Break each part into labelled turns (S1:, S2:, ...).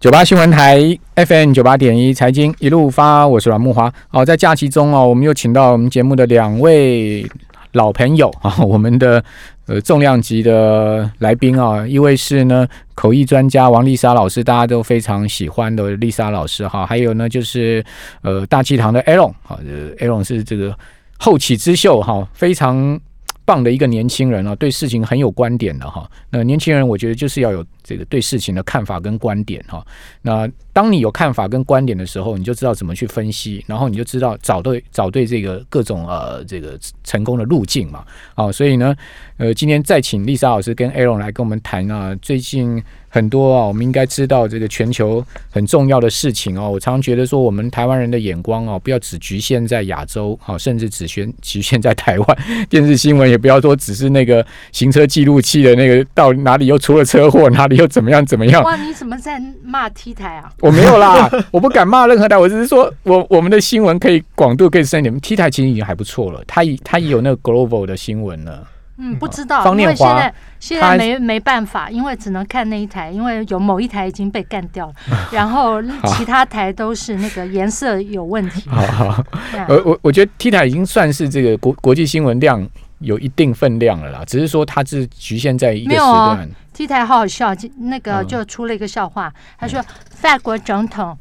S1: 九八新闻台 FM 九八点一财经一路发，我是阮木华。哦，在假期中哦，我们又请到我们节目的两位老朋友啊、 我们的呃重量级的来宾啊、一位是呢口译专家王丽莎老师，大家都非常喜欢的丽莎老师哈、还有呢就是呃大气堂的 Aaron 好、呃、，Aaron 是这个后起之秀哈、非常。棒的一个年轻人哦，对事情很有观点的哈、那年轻人，我觉得就是要有这个对事情的看法跟观点哈、那当你有看法跟观点的时候，你就知道怎么去分析，然后你就知道找对找对这个各种呃这个成功的路径嘛。好、所以呢，呃，今天再请丽莎老师跟 Aaron 来跟我们谈啊，最近很多啊，我们应该知道这个全球很重要的事情哦。我常常觉得说，我们台湾人的眼光哦，不要只局限在亚洲，好、甚至只限 局限在台湾。电视新闻也不要说只是那个行车记录器的那个到哪里又出了车祸，哪里又怎么样怎么样。
S2: 哇，你怎么在骂 T 台啊？
S1: 我没有 啦，我不敢骂任何台，我只是说我我们的新闻可以广度更深一点。T 台其实已经还不错了，它已它也有那个 global 的新闻了。
S2: 嗯，不知道，
S1: 方
S2: 因
S1: 念
S2: 为现
S1: 华
S2: 在现
S1: 他
S2: 在没没办法，因为只能看那一台，因为有某一台已经被干 掉了，然后其他台都是那个颜色有问题。
S1: 好好，
S2: 那
S1: 呃，我我觉得 T 台已经算是这个国国际新闻量有一定分量了啦，只是说它是局限在一个
S2: 没
S1: 时
S2: 有啊
S1: 段。
S2: T 台好好笑，就那个
S1: 嗯
S2: 就出了一个笑话，他说法国总统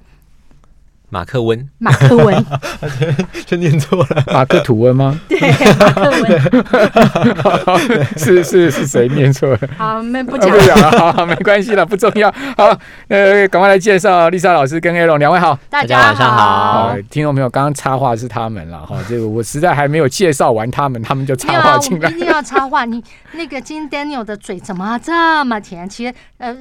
S3: 马克温，
S2: 马克 文，
S3: 就念错了。
S1: 马克吐温 吗？
S2: 对马克文，
S1: 是是是谁念错了？
S2: 好，没不
S1: 啊
S2: 讲
S1: 不。讲了，好好，没关系了，不重要。好，呃，赶快来介绍丽莎老师跟 Aaron 两位好。
S2: 大
S3: 大家
S2: 家
S3: 晚上
S2: 好
S3: 好
S1: 好，，听众朋友，刚刚插话是他们了哈，这个我实在还没有介绍完他们，他们就
S2: 没
S1: 插
S2: 有
S1: 话
S2: 啊，我
S1: 进来
S2: 们一。定要插话。你那个今天 Daniel 的嘴怎么这么甜？其实呃，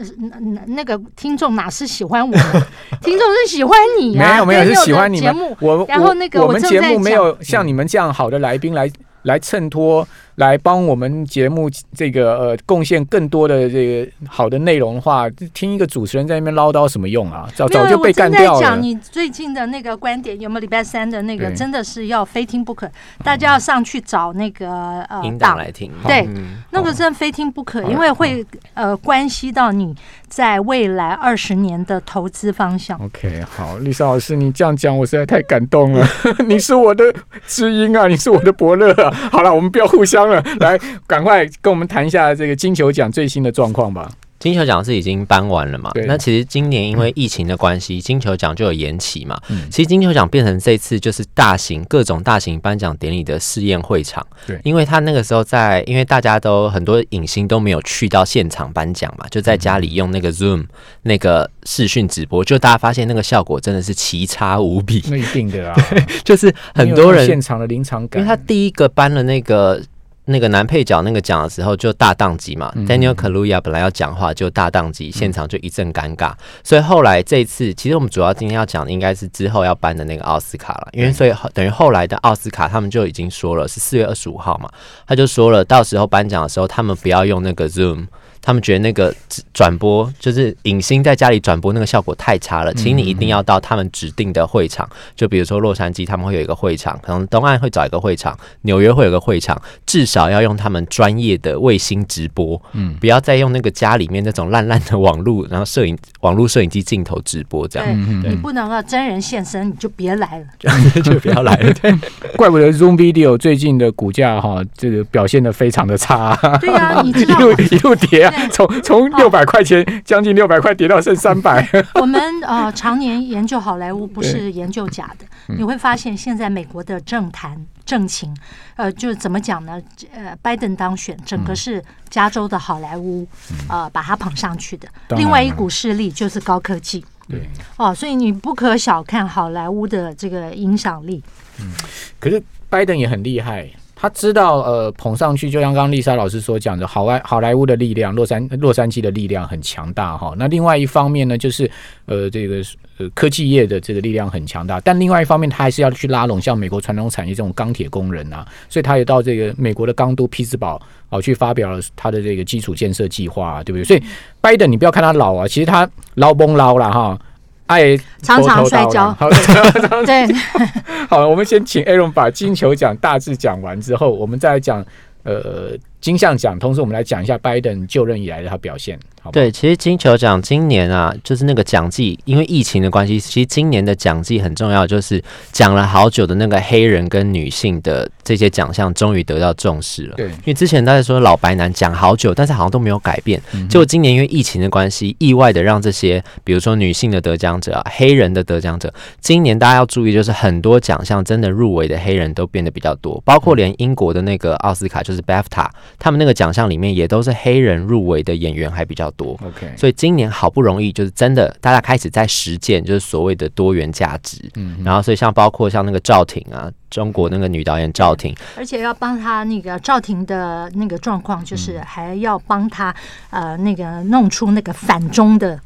S2: 那那个听众哪是喜欢我们， 听众是喜欢你啊。
S1: 没有没有，是
S2: Daniel 的
S1: 喜欢你
S2: 节
S1: 们
S2: 目。。
S1: 我
S2: 然后那个
S1: 我
S2: 我
S1: 们
S2: 正
S1: 节
S2: 在
S1: 目没
S2: 讲嗯
S1: 有像你们这样好的来宾来来衬托，来帮我们节目这个呃贡献更多的这个好的内容的话，听一个主持人在那边唠叨什么用啊？早
S2: 没有
S1: 早就被干掉
S2: 我正
S1: 了
S2: 在讲。你最近的那个观点，有没有礼拜三的那个
S1: 对
S2: 真的是要非听不可？大家要上去找那个呃
S3: 引导
S2: 档
S3: 来听。
S2: 对
S3: 嗯
S2: 那个真的非听不可，
S1: 好
S2: 因为会呃关系到你在未来二十年的投资方
S3: 嗯
S2: 向。
S1: OK，好，丽莎老师，你这样讲我实在太感动了。 你是我的知音啊，你是我的伯乐啊。 好了，我们不要互相了，来，赶快跟我们谈一下这个金球奖最新的状况吧。
S3: 金球奖是已经颁完了嘛
S1: 对？
S3: 那其实今年因为疫情的关系，金球奖就有延期嘛。
S1: 嗯
S3: 其实金球奖变成这次就是大型各种大型颁奖典礼的试验会场。
S1: 对
S3: 因为他那个时候在，因为大家都很多影星都没有去到现场颁奖嘛，就在家里用那个 Zoom 那个视讯直播，就大家发现那个效果真的是奇差无比，
S1: 那一定的啊，
S3: 就是很多
S1: 没有那种
S3: 人
S1: 现场的临场
S3: 因
S1: 感，
S3: 为他第一个颁了那个那个男配角那个奖的时候就大宕机嘛、d a n i e l Kaluuya 本来要讲话就大宕机，现场就一阵尴尬。所以后来这一次，其实我们主要今天要讲的应该是之后要颁的那个奥斯卡了，因为所以后等于后来的奥斯卡他们就已经说了是四月二十五号嘛，他就说了到时候颁奖的时候他们不要用那个 Zoom。他们觉得那个转播就是影星在家里转播那个效果太差了，请你一定要到他们指定的会场，就比如说洛杉矶，他们会有一个会场，可能东岸会找一个会场，纽约会有个会场，至少要用他们专业的卫星直播，
S1: 嗯
S3: 嗯，不要再用那个家里面那种烂烂的网路，然后摄影网路摄影机镜头直播这样，
S2: 对，
S1: 嗯嗯
S2: 你不能够真人现身，你就别来了。
S3: 就不要来了。对，
S1: 怪不得 Zoom Video 最近的股价哈，这个表现的非常的差、
S2: 对呀、你
S1: 一
S2: 知道
S1: 路一路跌 啊，
S2: 对
S1: 从从
S2: 哦
S1: 六百块钱，将近六百块跌到剩三百。
S2: 我们呃常年研究好莱坞，不是研究假的。
S1: 嗯
S2: 你会发现，现在美国的政坛政情，呃，就是怎么讲呢？呃，拜登当选，整
S1: 嗯
S2: 个是加州的好莱坞，呃，把它捧上去的。
S1: 当然
S2: 另外一股势力就是高科技。
S1: 对，
S2: 哦，所以你不可小看好莱坞的这个影响力。
S1: 可是拜登也很厉害，他知道呃捧上去，就像刚刚丽莎老师所讲的，好莱好莱坞的力量，洛杉洛杉矶的力量很强大哈。那另外一方面呢，就是呃这个呃科技业的这个力量很强大，但另外一方面，他还是要去拉拢像美国传统产业这种钢铁工人啊，所以他也到这个美国的钢都匹兹堡哦去发表了他的这个基础建设计划、啊，对不对？所以拜登你不要看他老啊，其实他老崩老了哈。爱
S2: 常常
S1: 头头到
S2: 摔跤
S1: 了好
S2: 对，
S1: 好了，我们先请 Aaron 把金球奖大致讲完之后，我们再来讲呃金像奖，同时我们来讲一下拜登就任以来的他表现，好不好？
S3: 对，其实金球奖今年啊，就是那个奖季，因为疫情的关系，其实今年的奖季很重要，就是讲了好久的那个黑人跟女性的这些奖项，终于得到重视了。
S1: 对
S3: 因为之前大家说老白男讲好久，但是好像都没有改变。结果今年因为疫情的关系，意外的让这些，比如说女性的得奖者、啊、黑人的得奖者，今年大家要注意，就是很多奖项真的入围的黑人都变得比较多，包
S1: 嗯
S3: 括连英国的那个奥斯卡，就是 BAFTA，他们那个奖项里面也都是黑人入围的演员还比较多。
S1: ，OK，
S3: 所以今年好不容易就是真的，大家开始在实践，就是所谓的多元价值。
S1: 嗯
S3: 然后，所以像包括像那个赵婷啊，中国那个女导演 赵婷，
S2: 而且要帮他那个赵婷的那个状况，
S1: 嗯
S2: 就是还要帮他呃那个弄出那个反中的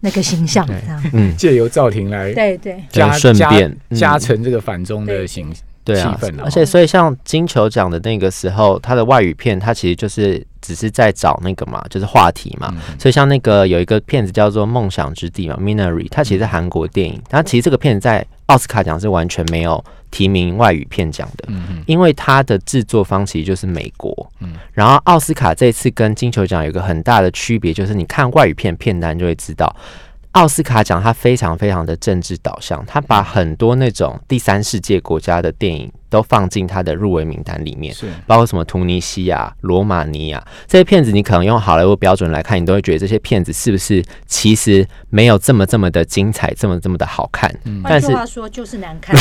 S2: 那个形象，啊这样
S3: 嗯，
S1: 借由赵婷来
S2: 对对
S1: 加
S3: 对顺便
S1: 加加
S3: 嗯
S1: 成这个反中的
S2: 对
S1: 形
S3: 对啊
S1: 气氛哦，
S3: 而且所以像金球奖的那个时候，他的外语片，他其实就是只是在找那个嘛，就是话题
S1: 嗯
S3: 嘛。所以像那个有一个片子叫做《梦想之地》嘛，《Minery》，它其实是韩国电影，它其实这个片子在奥斯卡奖是完全没有提名外语片奖的，
S1: 嗯
S3: 因为它的制作方其实就是美国。
S1: 嗯
S3: 然后奥斯卡这次跟金球奖有一个很大的区别，就是你看外语片片单就会知道。奥斯卡奖它非常非常的政治导向，它把很多那种第三世界国家的电影都放进它的入围名单里面，
S1: 是
S3: 包括什么突尼西亚、罗马尼亚这些片子，你可能用好莱坞标准来看，你都会觉得这些片子是不是其实没有这么这么的精彩，这么这么的好看。嗯但
S2: 换
S3: 是
S2: 句话说就是难看。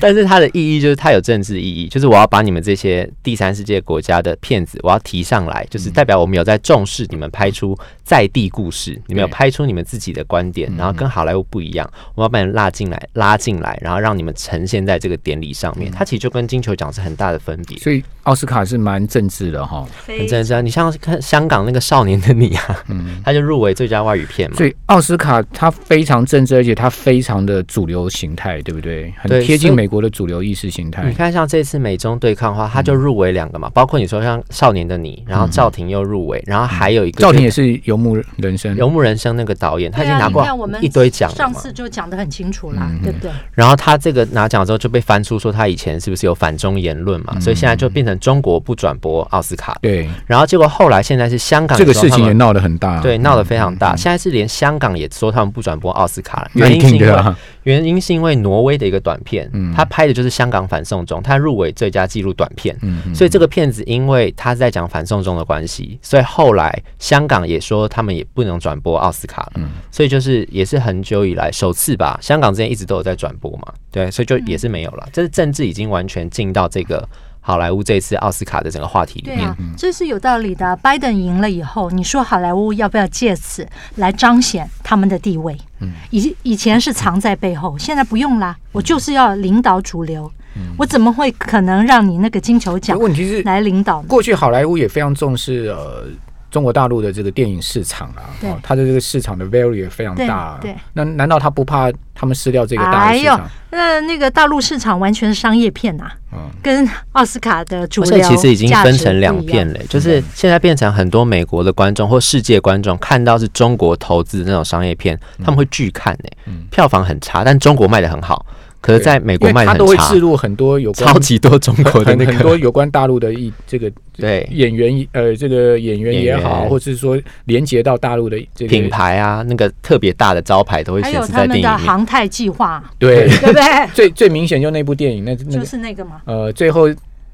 S3: 但是它的意义就是它有政治意义，就是我要把你们这些第三世界国家的骗子，我要提上来，就是代表我们有在重视你们拍出在地故事，你们有拍出你们自己的观点，然后跟好莱坞不一样，我要把你们拉进来，拉进来，然后让你们呈现在这个典礼上面。它其实就跟金球奖是很大的分别。
S1: 所以奥斯卡是蛮政治的哈，
S2: 非
S3: 很真实啊！你像看香港那个《少年的你》啊， 他就入围最佳外语片嘛。
S1: 所以奥斯卡它非常政治，而且它非常的主流形态，对不对？很
S3: 对
S1: 贴
S3: 所
S1: 近
S3: 以嗯
S1: 美国的主流意识形态
S3: 你。看，像这次美中对抗的话，他就入围两个嘛，包括你说像《少年的你》，然后赵婷又入围，然后还有一个
S1: 赵婷也是游牧人生，
S3: 游牧人生那个导演，他已
S2: 对
S3: 经
S2: 啊
S3: 拿
S2: 你
S3: 过
S2: 看我们
S3: 一堆奖了
S2: 上
S3: 嘛。嗯
S2: 次就讲的很清楚啦，对不对？
S3: 然后他这个拿奖之后就被翻出说他以前是不是有反中言论
S1: 嗯
S3: 嘛，所以现在就变成中国不转播奥斯卡。
S1: 对
S3: 然后结果后来现在是香港
S1: 这个
S3: 也说
S1: 事
S3: 他
S1: 情也
S3: 们
S1: 闹得很大，嗯
S3: 对闹得非常大，现在是连香港也说他们不转播奥斯卡了，
S1: 那
S3: 原
S1: 一
S3: 因是
S1: 定
S3: 因为
S1: 的啊，
S3: 原因是因为挪威的一个短片，
S1: 嗯
S3: 他拍的就是香港反送中，他入围最佳纪录短片。
S1: 嗯
S3: 所以这个片子，因为他是在讲反送中的关系，所以后来香港也说他们也不能转播奥斯卡了。
S1: 嗯
S3: 所以就是也是很久以来首次吧，香港之前一直都有在转播嘛，对，所以就也是没有了。这是政治已经完全进到这个好莱坞这次奥斯卡的整个话题里
S2: 对
S3: 面
S2: 啊。，这是有道理的。啊拜登赢了以后，你说好莱坞要不要借此来彰显他们的地位？
S3: 嗯
S2: 以以前是藏在背后，现在不用啦，我就是要领导主流，
S3: 嗯
S2: 我怎么会可能让你那个金球
S1: 可
S2: 奖
S1: 问题是，
S2: 来领导呢？
S1: 过去好莱坞也非常重视呃中国大陆的这个电影市场啊，
S2: 对
S1: 它的这个市场的 value 也非常大、啊。
S2: 对对哎
S1: 那难道他不怕他们失掉这个大的市场？
S2: 那那个大陆市场完全是商业片呐、啊
S1: 嗯
S2: 跟奥斯卡的主
S3: 而
S2: 流
S3: 且其实已经
S2: 价值
S3: 分成两
S2: 不一样嗯
S3: 片了，就是现在变成很多美国的观众或世界观众看到是中国投资的那种商业片，
S1: 嗯
S3: 他们会拒看呢、票房很差，但中国卖的很好，可是在美
S1: 因
S3: 国
S1: 为
S3: 卖的
S1: 他都会
S3: 很
S1: 置
S3: 差，
S1: 入很多有关
S3: 超级多中国的
S1: 很
S3: 那
S1: 很多
S3: 个
S1: 有关大陆的一这个
S3: 对
S1: 演员呃这个演员也
S3: 演
S1: 好，
S3: 员
S1: 或是说连接到大陆的这个
S3: 品，牌啊，那个特别大的招牌都会
S2: 还
S3: 显
S2: 有
S3: 示
S2: 他
S3: 在电
S2: 们
S3: 影
S2: 的
S3: 里面。
S2: 航太计划，
S1: 对，
S2: 对不对？
S1: 最最明显就那部电影，那那
S2: 就
S1: 个
S2: 是那 个嘛。
S1: 呃最后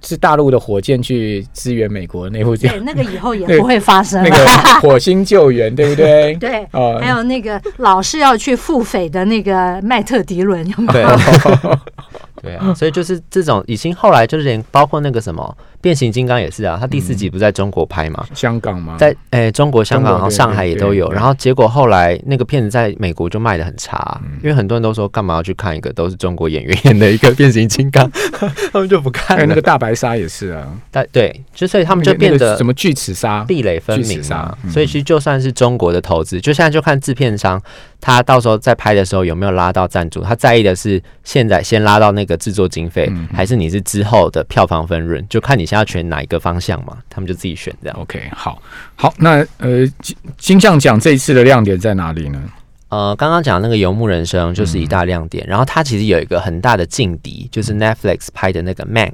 S1: 是大陆的火箭去支援美国那部电
S2: 对，
S1: 影，
S2: 那个以后也不会发生
S1: 那
S2: 了。
S1: 个火星救援，对不对？
S2: 对，
S1: 哦
S2: 还有那个老是要去付匪的那个麦特迪伦，有没
S1: 啊
S2: 有？
S3: 对，对啊，所以就是这种已经后来就是连包括那个什么变形金刚也是啊，它第
S1: 嗯
S3: 四集不是在中国拍嘛，
S1: 香港吗？
S3: 在诶、中国香港、
S1: 啊中国
S3: 然后上海也都有，
S1: 对对对
S3: 然后结果后来那个片子在美国就卖的很差、
S1: 嗯
S3: 因为很多人都说干嘛要去看一个都是中国演员演的一个变形 金刚，他们就不看
S1: 还
S3: 了。
S1: 哎有那个大白鲨也是啊，
S3: 但对，就所以他们就
S1: 那个
S3: 变
S1: 那个
S3: 得
S1: 什么锯齿鲨，
S3: 壁垒分
S1: 巨
S3: 明
S1: 齿鲨
S3: 嘛。所以其实就算是中国的投资，就现在就看制片商他到时候在拍的时候有没有拉到赞助，他在意的是现在先拉到那个制作经费，
S1: 嗯
S3: 还是你是之后的票房分润，就看你现在选哪一个方向嘛，他们就自己选这样。
S1: OK，好，好，那呃，金金像奖这一次的亮点在哪里呢？
S3: 呃，刚刚讲那个《游牧人生》
S1: 嗯
S3: 就是一大亮点，然后它其实有一个很大的劲敌，就是 Netflix 拍的那个《Mank》，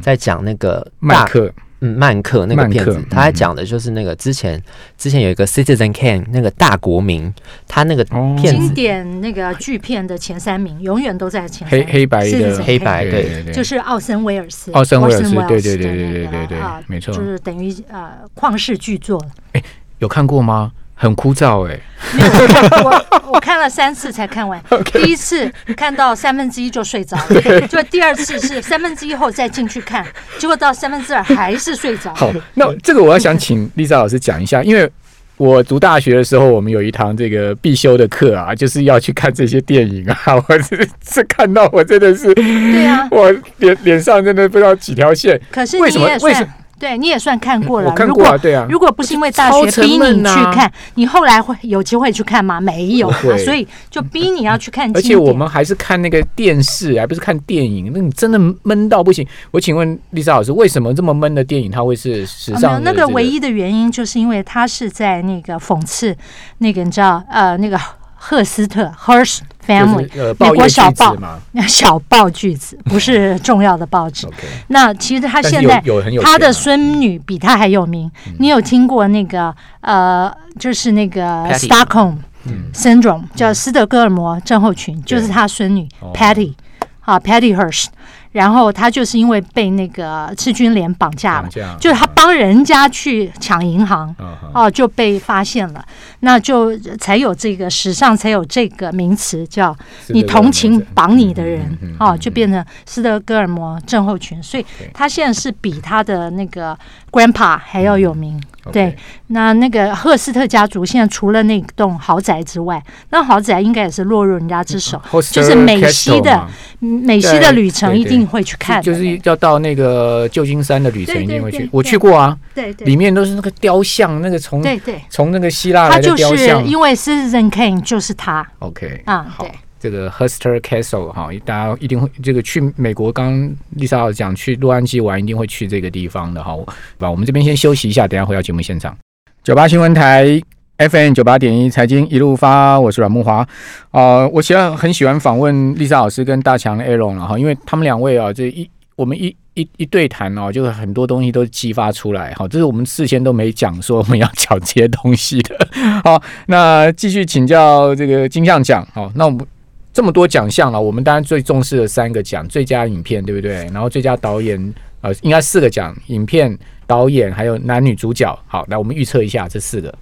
S3: 在讲那个
S1: 嗯麦
S3: 大
S1: 克，
S3: 嗯曼克那个
S1: 曼
S3: 骗
S1: 克嗯
S3: 子，他还讲的就是那个之前之前有一个 Citizen Kane 那个大国民，他那个
S1: 哦
S3: 骗
S2: 经
S3: 子
S2: 典那个剧片的前三名永远都在前三
S1: 黑
S2: 名
S1: 黑白
S2: 是是
S1: 的
S2: 是
S3: 黑白对
S1: 对对，
S2: 就是奥森威尔斯，
S1: 奥森威尔斯
S2: Orson
S1: 对
S2: Welles
S1: 对对对
S2: 的那
S1: 对对
S2: 个
S1: 对
S2: 啊
S1: 没错
S2: 就是等于呃旷世 巨作了。
S1: 有看过吗？很枯燥哎、
S2: 没有我看我我看了三次 才看完，第一次看到三分之一就睡着了，就第二次是三分之一后再进去看，结果到三分之二还是睡着。
S1: 好，那这个我要想请丽莎老师讲一下，因为我读大学的时候，我们有一堂这个必修的课啊，就是要去看这些电影啊。 我这这看到我真的是，
S2: 对啊，
S1: 我脸脸上真的不知道几条线。
S2: 可是
S1: 为什
S2: 你
S1: 么
S2: 也
S1: 为什么
S2: 算对，你也算看过了。
S1: 我看
S2: 如
S1: 过
S2: 果
S1: 啊，对啊，
S2: 如果不是因为大
S1: 超
S2: 学
S1: 沉
S2: 逼你
S1: 闷
S2: 去
S1: 啊
S2: 看，你后来会有机会去看吗？没有啊
S1: 不会，
S2: 所以就逼你要去看经
S1: 而
S2: 典。
S1: 且我们还是看那个电视，还不是看电影。那你真的闷到不行。我请问丽莎老师，为什么这么闷的电影它会是时
S2: 啊没有
S1: 尚的、
S2: 那
S1: 这
S2: 个唯一的原因，就是因为他是在那个讽刺那个你知道呃那个赫斯特 （Hearst
S1: 就
S2: Family）、
S1: 是呃
S2: 美
S1: 报业
S2: 国小
S1: 巨子
S2: 报
S1: 嘛
S2: 小报句子，不是重要的 报纸。
S1: ？OK，
S2: 那其实
S1: 但
S2: 他
S1: 是
S2: 现
S1: 有
S2: 在
S1: 有很有
S2: 他
S1: 钱啊嗯
S2: 的孙女比他还有名。你有听过那个呃，就是那个
S3: Patty
S2: Stockholm
S1: 嗯
S2: syndrome，、叫斯德哥尔摩症候群，就是他孙女
S1: 哦
S2: Patty 啊，Patty Hirsch。然后他就是因为被那个赤军联绑架了
S1: 绑，架
S2: 啊就是他帮人家去抢银行。
S1: 啊哈
S2: 哦，就被发现了，那就才有这个时尚，才有这个名词叫
S1: 是
S2: 你
S1: 这个
S2: 同
S1: 样
S2: 情
S1: 子
S2: 绑你的人
S1: 嗯嗯嗯
S2: 哦，就变成斯德哥尔摩症候群，所以他现在是比他的那个 grandpa 还要有名。
S1: OK
S2: 对，那那个赫斯特家族现在除了那栋豪宅之外，那豪宅应该也是落入人家之手，就是美西
S1: Hostel
S2: 的
S1: 嘛
S2: 美西的旅程
S1: 对对
S2: 一定会去看的，
S1: 就是要到那个旧金山的旅程
S2: 对
S1: 一定会
S2: 对
S1: 去
S2: 对，
S1: 我去过啊，
S2: 对
S1: 里
S2: 对
S1: 面都是那个雕像，那个从
S2: 对对，
S1: 从那个希腊
S2: 他
S1: 来的
S2: 就
S1: 雕
S2: 是
S1: 像。
S2: 因为 Citizen Kane 就是他
S1: OK，
S2: 啊，
S1: 好
S2: 对。，
S1: 这个 Hester Castle 哈，大家一定会这个去美国。刚刚丽莎老师讲去洛杉矶玩，一定会去这个地方的哈。吧，我们这边先休息一下，等一下回到节目现场。九八新闻台 FM 九八点一财经一路发，我是阮木华。呃，我其实很喜欢访问丽莎老师跟大强 Aaron 了哈，因为他们两位啊，这一我们一。一一对谈哦，就是很多东西都激发出来哈，这是我们事先都没讲说我们要讲这些东西的。好，那继续请教这个金像奖。好，那我们这么多奖项了，我们当然最重视的三个奖：最佳影片，对不对？然后最佳导演，呃，应该四个奖：影片、导演，还有男女主角。好，来我们预测一下这四个。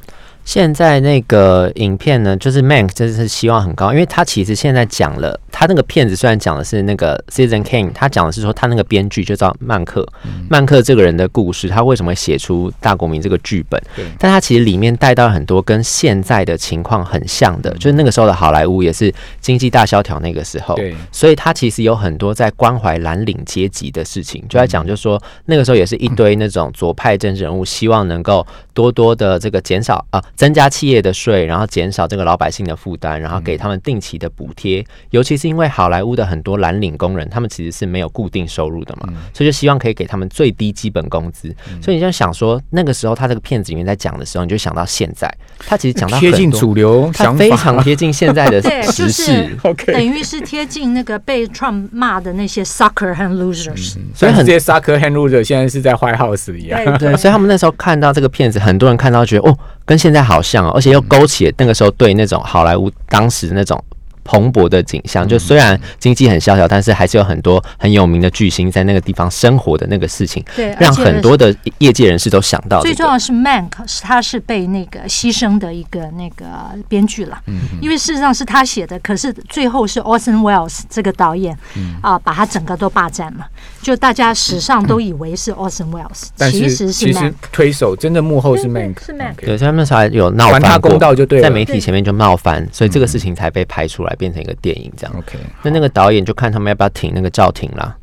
S3: 现在那个影片呢，就是 Mank 真的是希望很高，因为他其实现在讲了，他那个片子虽然讲的是那个 Season King，他讲的是说他那个编剧就叫曼克，曼克这个人的故事，他为什么会写出《大国民》这个剧本
S1: 对？
S3: 但他其实里面带到很多跟现在的情况很像的，就是那个时候的好莱坞也是经济大萧条那个时候，
S1: 对，
S3: 所以他其实有很多在关怀蓝领阶级的事情，就在讲，就是说那个时候也是一堆那种左派政治人物，希望能够多多的这个减少啊、增加企业的税，然后减少这个老百姓的负担，然后给他们定期的补贴，尤其是因为好莱坞的很多蓝领工人，他们其实是没有固定收入的嘛，所以就希望可以给他们最低基本工资。所以你就想说，那个时候他这个片子里面在讲的时候，你就想到现在，他其实讲到
S1: 贴
S3: 很
S1: 近
S3: 多，
S1: 主流
S3: 他
S1: 想
S3: 非
S1: 法。
S3: 常贴近现在 的
S2: 对就
S3: 时
S2: 是
S3: 事。
S1: OK，
S2: 等于是贴近那个被 Trump 骂的那些 sucker 和 losers。
S1: 所以很这些沙克汉路的现在是在坏 house 啊一样。
S2: 对
S3: 对，所以他们那时候看到这个片子，很多人看到觉得哦，跟现在好像、哦，而且又勾起了那个时候对那种好莱坞当时那种蓬勃的景象。就虽然经济很萧条，但是还是有很多很有名的巨星在那个地方生活的那个事情，
S2: 对，而
S3: 让
S2: 且
S3: 很多的业界人士都想
S1: 哦
S3: 到、这
S2: 最
S3: 个。
S2: 重要的是 Mank，是他是被那个牺牲的一个那个编剧了，
S1: 嗯
S2: 因为事实上是他写的，可是最后是 Orson Welles 这个导演
S1: 嗯
S2: 啊、把他整个都霸占了，就大家史上都以为是 Orson Welles，
S1: 但
S2: 其
S1: 是
S2: 实是
S1: 其实
S2: Mank。
S1: 推手真的幕后是
S2: 对
S1: Mank，
S2: 是 Mank
S1: OK
S3: 对，所以他们才有闹
S1: 还他
S3: 翻过
S1: 公道就对了
S3: 在媒体前面就闹翻，所以这个事情才被拍出来变成一个电影这样。
S1: OK，
S3: 那那个导演就看他们要不要停那个赵婷 啦，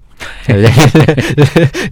S3: 对不对？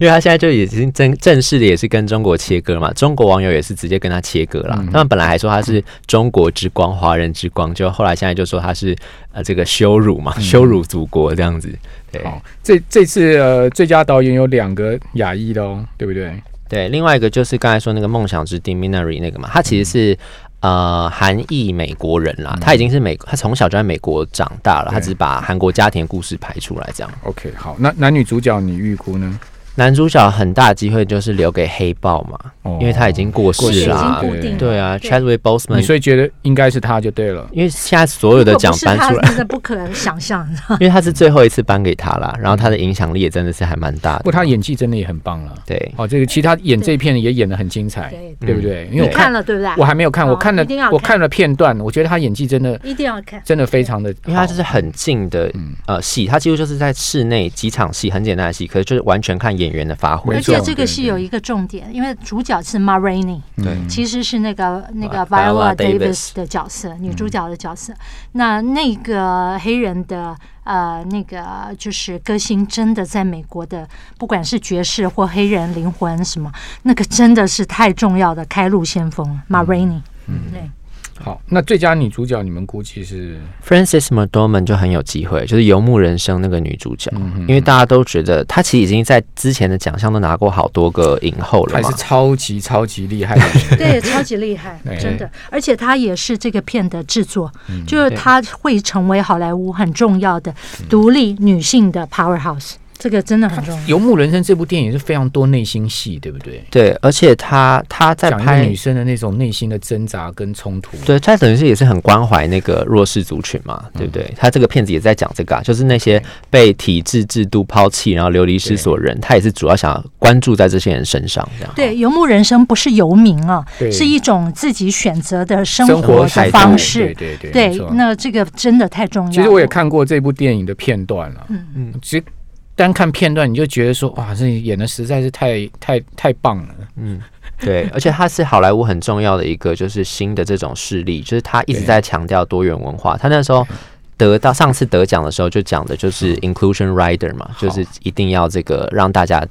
S3: 因为他现在就已经正正式的也是跟中国切割嘛，中国网友也是直接跟他切割啦。他们本来还说他是中国之光、华人之光，就后来现在就说他是呃这个羞辱嘛，羞辱祖国这样子。对
S1: 好，这这次呃最佳导演有两个亚裔的哦，对不对？
S3: 对，另外一个就是刚才说那个梦想之地 Minari 那个嘛，他其实是。呃，韩裔美国人啦，他已经是美，他从小就在美国长大了，他
S1: 对
S3: 只是把韩国家庭的故事拍出来这样。
S1: OK，好，那男女主角你预估呢？
S3: 男主角很大机会就是留给黑豹嘛，
S1: 哦
S3: 因为他已经过
S1: 过
S2: 已
S1: 世
S3: 世
S1: 了
S3: 啦
S2: 经
S1: 啊。
S2: 固定了，
S3: 对啊
S2: 对
S3: ，Chadwick
S1: 你
S3: Boseman，
S1: 所以觉得应该是他就对了。
S3: 因为现在所有的奖颁出
S2: 如果不是
S3: 来，
S2: 他真的不可想象。
S3: 因为他是最后一次颁给他啦，然后他的影响力也真的是还蛮大
S1: 不过
S3: 的。
S1: 他演技真的也很棒了。
S3: 对，嗯
S1: 哦，这个其实他演这一片也演得很精彩，
S2: 对，
S1: 对不对？哎因为
S2: 你
S1: 我
S2: 看了对不对？
S1: 我还没有看，
S2: 哦
S1: 我看了
S2: 一定要看
S1: 我看了片段，我觉得他演技真的
S2: 一定要看，
S1: 真的非常的好，
S3: 因为它就是很近的
S1: 嗯
S3: 呃戏，它几乎就是在室内几场戏，很简单的戏，可是就是完全看演员的发挥。
S1: 没
S2: 而
S1: 错
S2: 且这个戏
S1: 对对
S2: 有一个重点，因为主角是 Ma Rainey，
S3: 对
S1: 嗯
S2: 其实是那个那个
S3: Viola
S2: Viola
S3: Davis
S2: Davis 的角色，女主角的角色。那那个黑人的呃，那个就是歌星，真的在美国的，不管是爵士或黑人灵魂什么，那个真的是太重要的开路先锋了。Ma Rainey，对，
S1: 好。那最佳女主角你们估计是
S3: Frances McDormand 就很有机会，就是《游牧人生》那个女主
S1: 嗯
S3: 角，因为大家都觉得她其实已经在之前的奖项都拿过好多个影后了
S1: 还
S3: 嘛
S1: 是。超级超级厉害 的
S2: 对，超级厉害
S1: 对，
S2: 真的。而且他也是这个片的制作，就是
S3: 对
S2: 他会成为好莱坞很重要的独立女性的 powerhouse，这个真的很重要。
S1: 游牧人生》这部电影是非常多内心戏，对不对？
S3: 对，而且她她在
S1: 讲一个
S3: 拍
S1: 女，生的那种内心的挣扎跟冲突。
S3: 对，她等于是也是很关怀那个弱势族群嘛，对不对？她这个片子也在讲这个、啊，就是那些被体制制度抛弃，然后流离失所的人，她也是主要想要关注在这些人身上，这样。
S2: 对，游牧人生不是游民啊
S1: 对，
S2: 是一种自己选择的生
S1: 生
S2: 活
S1: 态
S2: 的
S1: 度
S2: 方式。
S1: 对对对，没
S2: 对
S1: 错，
S2: 那这个真的太重要了。
S1: 其实我也看过这部电影的片段了，
S2: 嗯
S1: 嗯，其实单看片段你就觉得说，哇，这演的实在是太太太棒了，
S3: 对，而且它是好莱坞很重要的一个，就是新的这种势力，就是他一直在强调多元文化。他那时候得到上次得奖的时候就讲的就是 inclusion rider 嘛，就是一定要这个让大家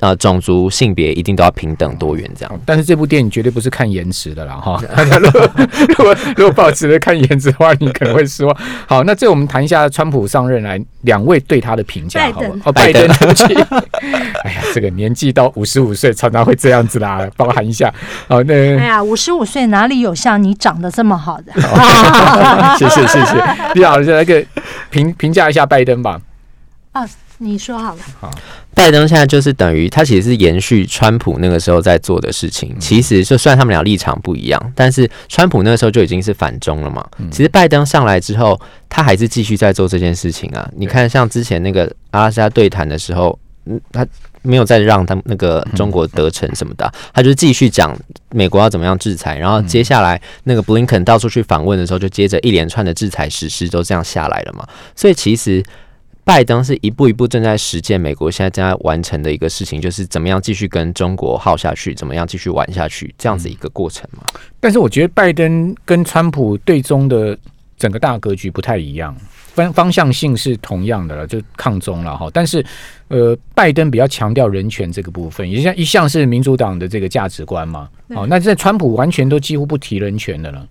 S3: 呃种族性别一定都要平等多元这样。
S2: 嗯
S1: 哦但是这部电影绝对不是看颜值的啦，哈。 如果如果如果保持着看颜值的话，你可能会说，好，那这我们谈一下川普上任来两位对他的评价，
S2: 拜
S1: 好不好
S2: 登？
S1: 哦，拜
S3: 拜
S1: 登
S3: 登，
S1: 对不起。哎呀，这个年纪到五十五岁，常常会这样子啦，包含一下。好，那
S2: 哎呀，五十五岁哪里有像你长得这么好的？
S1: 谢谢谢谢，李老师来个评评价一下拜登吧。
S2: 啊，你说好了，
S3: 拜登现在就是等于他其实是延续川普那个时候在做的事情。其实就算他们俩立场不一样，但是川普那个时候就已经是反中了嘛。其实拜登上来之后，他还是继续在做这件事情啊。你看，像之前那个阿拉斯加对谈的时候，嗯，他没有再让他们那个中国得逞什么的啊，他就是继续讲美国要怎么样制裁。然后接下来那个布林肯到处去访问的时候，就接着一连串的制裁实施都这样下来了嘛。所以其实拜登是一步一步正在实践美国现在正在完成的一个事情，就是怎么样继续跟中国耗下去，怎么样继续玩下去，这样子一个过程嘛。
S1: 但是我觉得拜登跟川普对中的整个大格局不太一样，方方向性是同样的了，就抗中了哈。但是，呃，拜登比较强调人权这个部分，也像一向是民主党的这个价值观嘛。
S2: 对
S1: 哦，那在川普完全都几乎不提人权的了。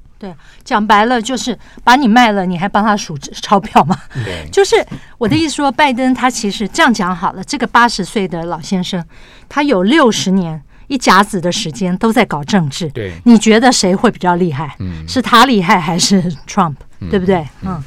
S2: 讲白了就是把你卖了，你还帮他数钞票吗？
S1: 对，
S2: 就是我的意思说，拜登他其实这样讲好了，这个八十岁的老先生，他有六十年一甲子的时间都在搞政治。
S1: 对
S2: 你觉得谁会比较厉害？
S1: 嗯
S2: 是他厉害还是 Trump？、对不对？嗯，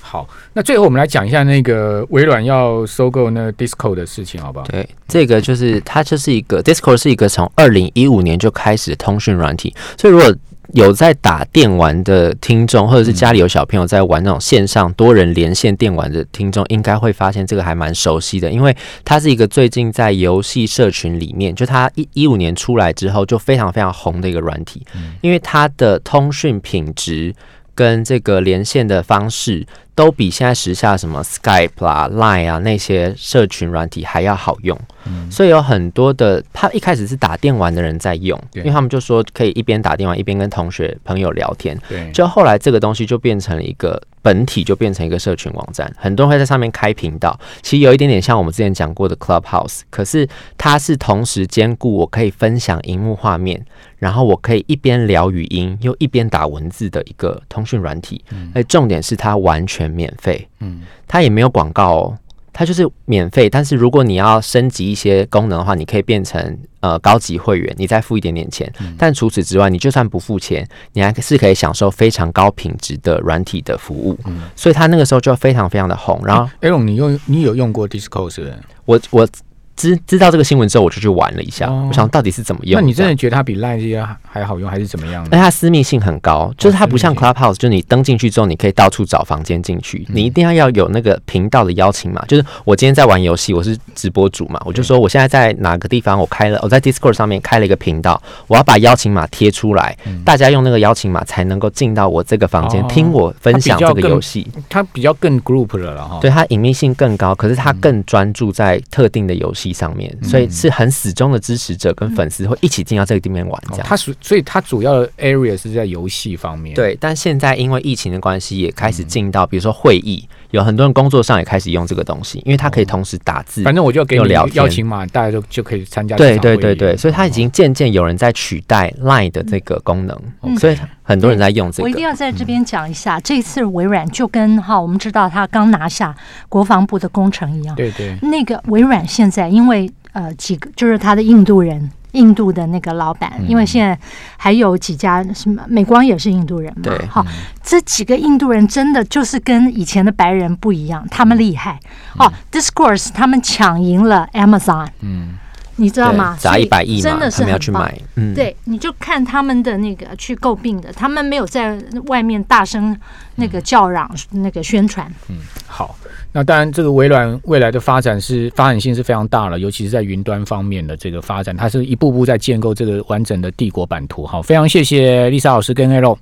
S1: 好，那最后我们来讲一下那个微软要收购那 Disco 的事情，好不好？
S3: 对，这个就是它就是一个 Discord 是一个从二零一五年就开始的通讯软体，所以如果有在打电玩的听众，或者是家里有小朋友在玩那种线上多人连线电玩的听众，应该会发现这个还蛮熟悉的，因为它是一个最近在游戏社群里面，就它一一五年出来之后就非常非常红的一个软体，因为它的通讯品质跟这个连线的方式都比现在时下什么 Skype 啦、Line 啊那些社群软体还要好用，所以有很多的他一开始是打电玩的人在用，
S1: 对
S3: 因为他们就说可以一边打电玩一边跟同学朋友聊天，
S1: 对，
S3: 就后来这个东西就变成了一个本体，就变成一个社群网站，很多人会在上面开频道。其实有一点点像我们之前讲过的 Clubhouse，可是它是同时兼顾我可以分享荧幕画面，然后我可以一边聊语音又一边打文字的一个通讯软体。而重点是它完全免费，
S1: 嗯
S3: 它也没有广告哦。它就是免费，但是如果你要升级一些功能的话，你可以变成呃高级会员，你再付一点点钱。
S1: 嗯
S3: 但除此之外，你就算不付钱，你还是可以享受非常高品质的软体的服务。
S1: 嗯
S3: 所以它那个时候就非常非常的红。然后
S1: ，Aaron，你用你有用过 Disco 是不是？
S3: 我我知知道这个新闻之后，我就去玩了一下，
S1: 哦
S3: 我想到底是怎么用。
S1: 那你真
S3: 这
S1: 的
S3: 样？
S1: 觉得它比 Line 这些还好用，还是怎么样呢？
S3: 而且它私密性很高，就是它不
S1: 嗯哦
S3: 像
S1: 私密嗯
S3: Clubhouse，就是你登进去之后，你可以到处找房间进去，你一定要要有那个频道的邀请码。就是我今天在玩游戏，我是直播主
S1: 嗯
S3: 嘛，我就说我现在在哪个地方，我开了，哦我在 Discord 上面开了一个频道，我要把邀请码贴出来，大家用那个邀请码才能够进到我这个房间、
S1: 嗯哦
S3: 听我分享
S1: 它
S3: 这
S1: 比较
S3: 个
S1: 更哦
S3: 游戏。
S1: 它比较更 group 了了哈。
S3: 对它隐秘性更高，可是
S1: 嗯
S3: 它更专注在特定的游戏上面，所以是很死忠的支持者跟粉
S1: 嗯
S3: 丝会一起进到这个地面玩这
S1: 哦，
S3: 样。
S1: 它属所以它主要的 area 是在游戏方面。，
S3: 对，但现在因为疫情的关系，也开始
S2: 嗯
S3: 进到比如说会议，有很多人工作上也开始用这个东西，因为它可以
S2: 哦
S3: 同时打字。
S1: 反正我就给
S3: 又
S1: 你
S3: 聊天
S1: 邀请码，大家就就可以参加这
S3: 对
S1: 场
S3: 对
S1: 会议
S3: 对对，所以它已
S1: 哦
S3: 经渐渐有人在取代 Line 的这个功能，
S1: 嗯
S3: 所以很多人在用这
S2: 我一定
S3: 个。
S2: 要在这边讲一下，这次微软就跟哈我们知道他刚拿下国防部的工程一样，
S1: 哦对对
S2: 那个微软现在因为呃几个就是他的印度人。印度的那个老板，
S3: 嗯
S2: 因为现在还有几家什么美光也是印度人嘛
S3: 对，
S2: 好，这几个印度人真的就是跟以前的白人不一样，他们厉害
S3: 嗯
S2: 哦。Discourse 他们抢赢了 Amazon，嗯，你知道
S3: 对
S2: 吗？
S3: 砸
S2: 所以
S3: 一百亿
S2: 真
S3: 嘛，
S2: 的
S3: 他
S2: 是
S3: 们要
S2: 很
S3: 去
S2: 棒
S3: 买，嗯，
S2: 对，你就看他们的那个去诟病的，他们没有在外面大声那个叫嚷、那个宣传。
S1: 好，那当然，这个微软未来的发展是发展性是非常大了，尤其是在云端方面的这个发展，它是一步步在建构这个完整的帝国版图。好，非常谢谢丽莎老师跟 L。